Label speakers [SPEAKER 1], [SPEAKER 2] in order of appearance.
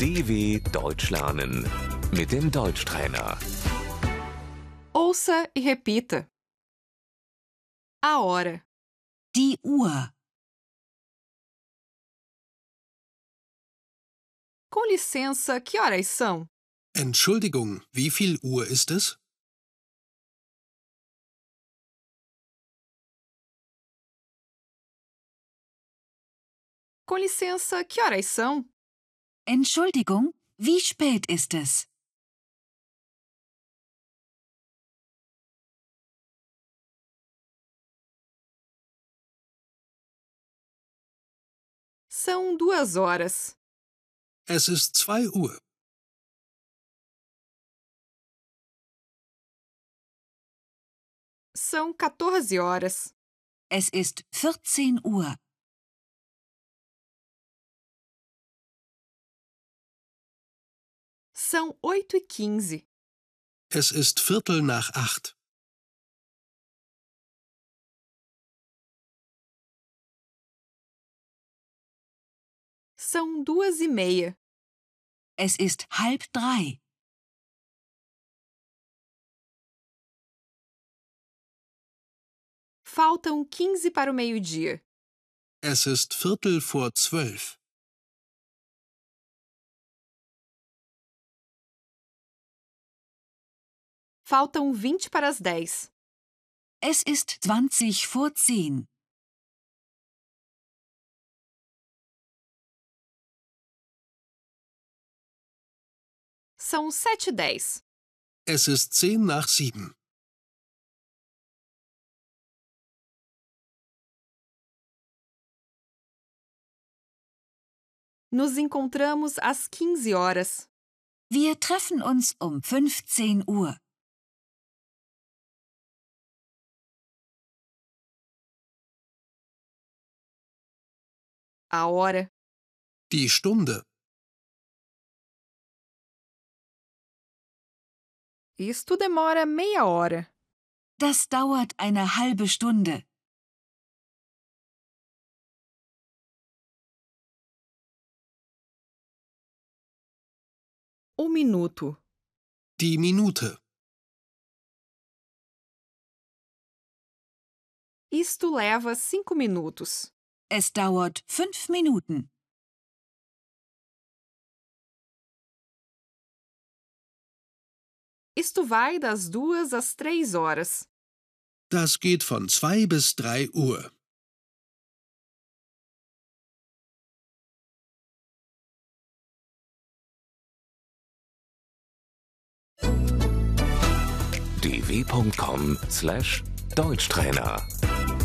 [SPEAKER 1] DW Deutsch lernen mit dem Deutschtrainer.
[SPEAKER 2] Ouça e repita. A hora,
[SPEAKER 3] Die Uhr.
[SPEAKER 2] com licença, que horas são?
[SPEAKER 4] Entschuldigung, wie viel Uhr ist es?
[SPEAKER 2] Com licença, que horas são?
[SPEAKER 3] Entschuldigung, wie spät ist es?
[SPEAKER 2] São duas horas.
[SPEAKER 4] Es ist zwei Uhr.
[SPEAKER 2] São 14 horas.
[SPEAKER 3] Es ist 14 Uhr.
[SPEAKER 2] São 8 e 15.
[SPEAKER 4] Es ist Viertel nach acht.
[SPEAKER 2] São duas e meia.
[SPEAKER 3] Es ist halb drei.
[SPEAKER 2] Faltam 15 para o meio-dia.
[SPEAKER 4] Es ist Viertel vor zwölf.
[SPEAKER 2] Faltam 20 para as 10.
[SPEAKER 3] Es ist 20 vor 10.
[SPEAKER 2] São 7 e 10.
[SPEAKER 4] Es ist zehn nach sieben.
[SPEAKER 2] Nos encontramos às 15 horas.
[SPEAKER 3] Wir treffen uns um 15 Uhr.
[SPEAKER 2] A hora,
[SPEAKER 4] Die Stunde,
[SPEAKER 2] isto demora meia hora.
[SPEAKER 3] Das dauert eine halbe Stunde.
[SPEAKER 2] Um minuto,
[SPEAKER 4] die Minute,
[SPEAKER 2] isto leva 5 minutos.
[SPEAKER 3] Es dauert fünf Minuten.
[SPEAKER 2] Isto vai das duas às três horas.
[SPEAKER 4] das geht von zwei bis drei Uhr.
[SPEAKER 1] dw.com/deutschtrainer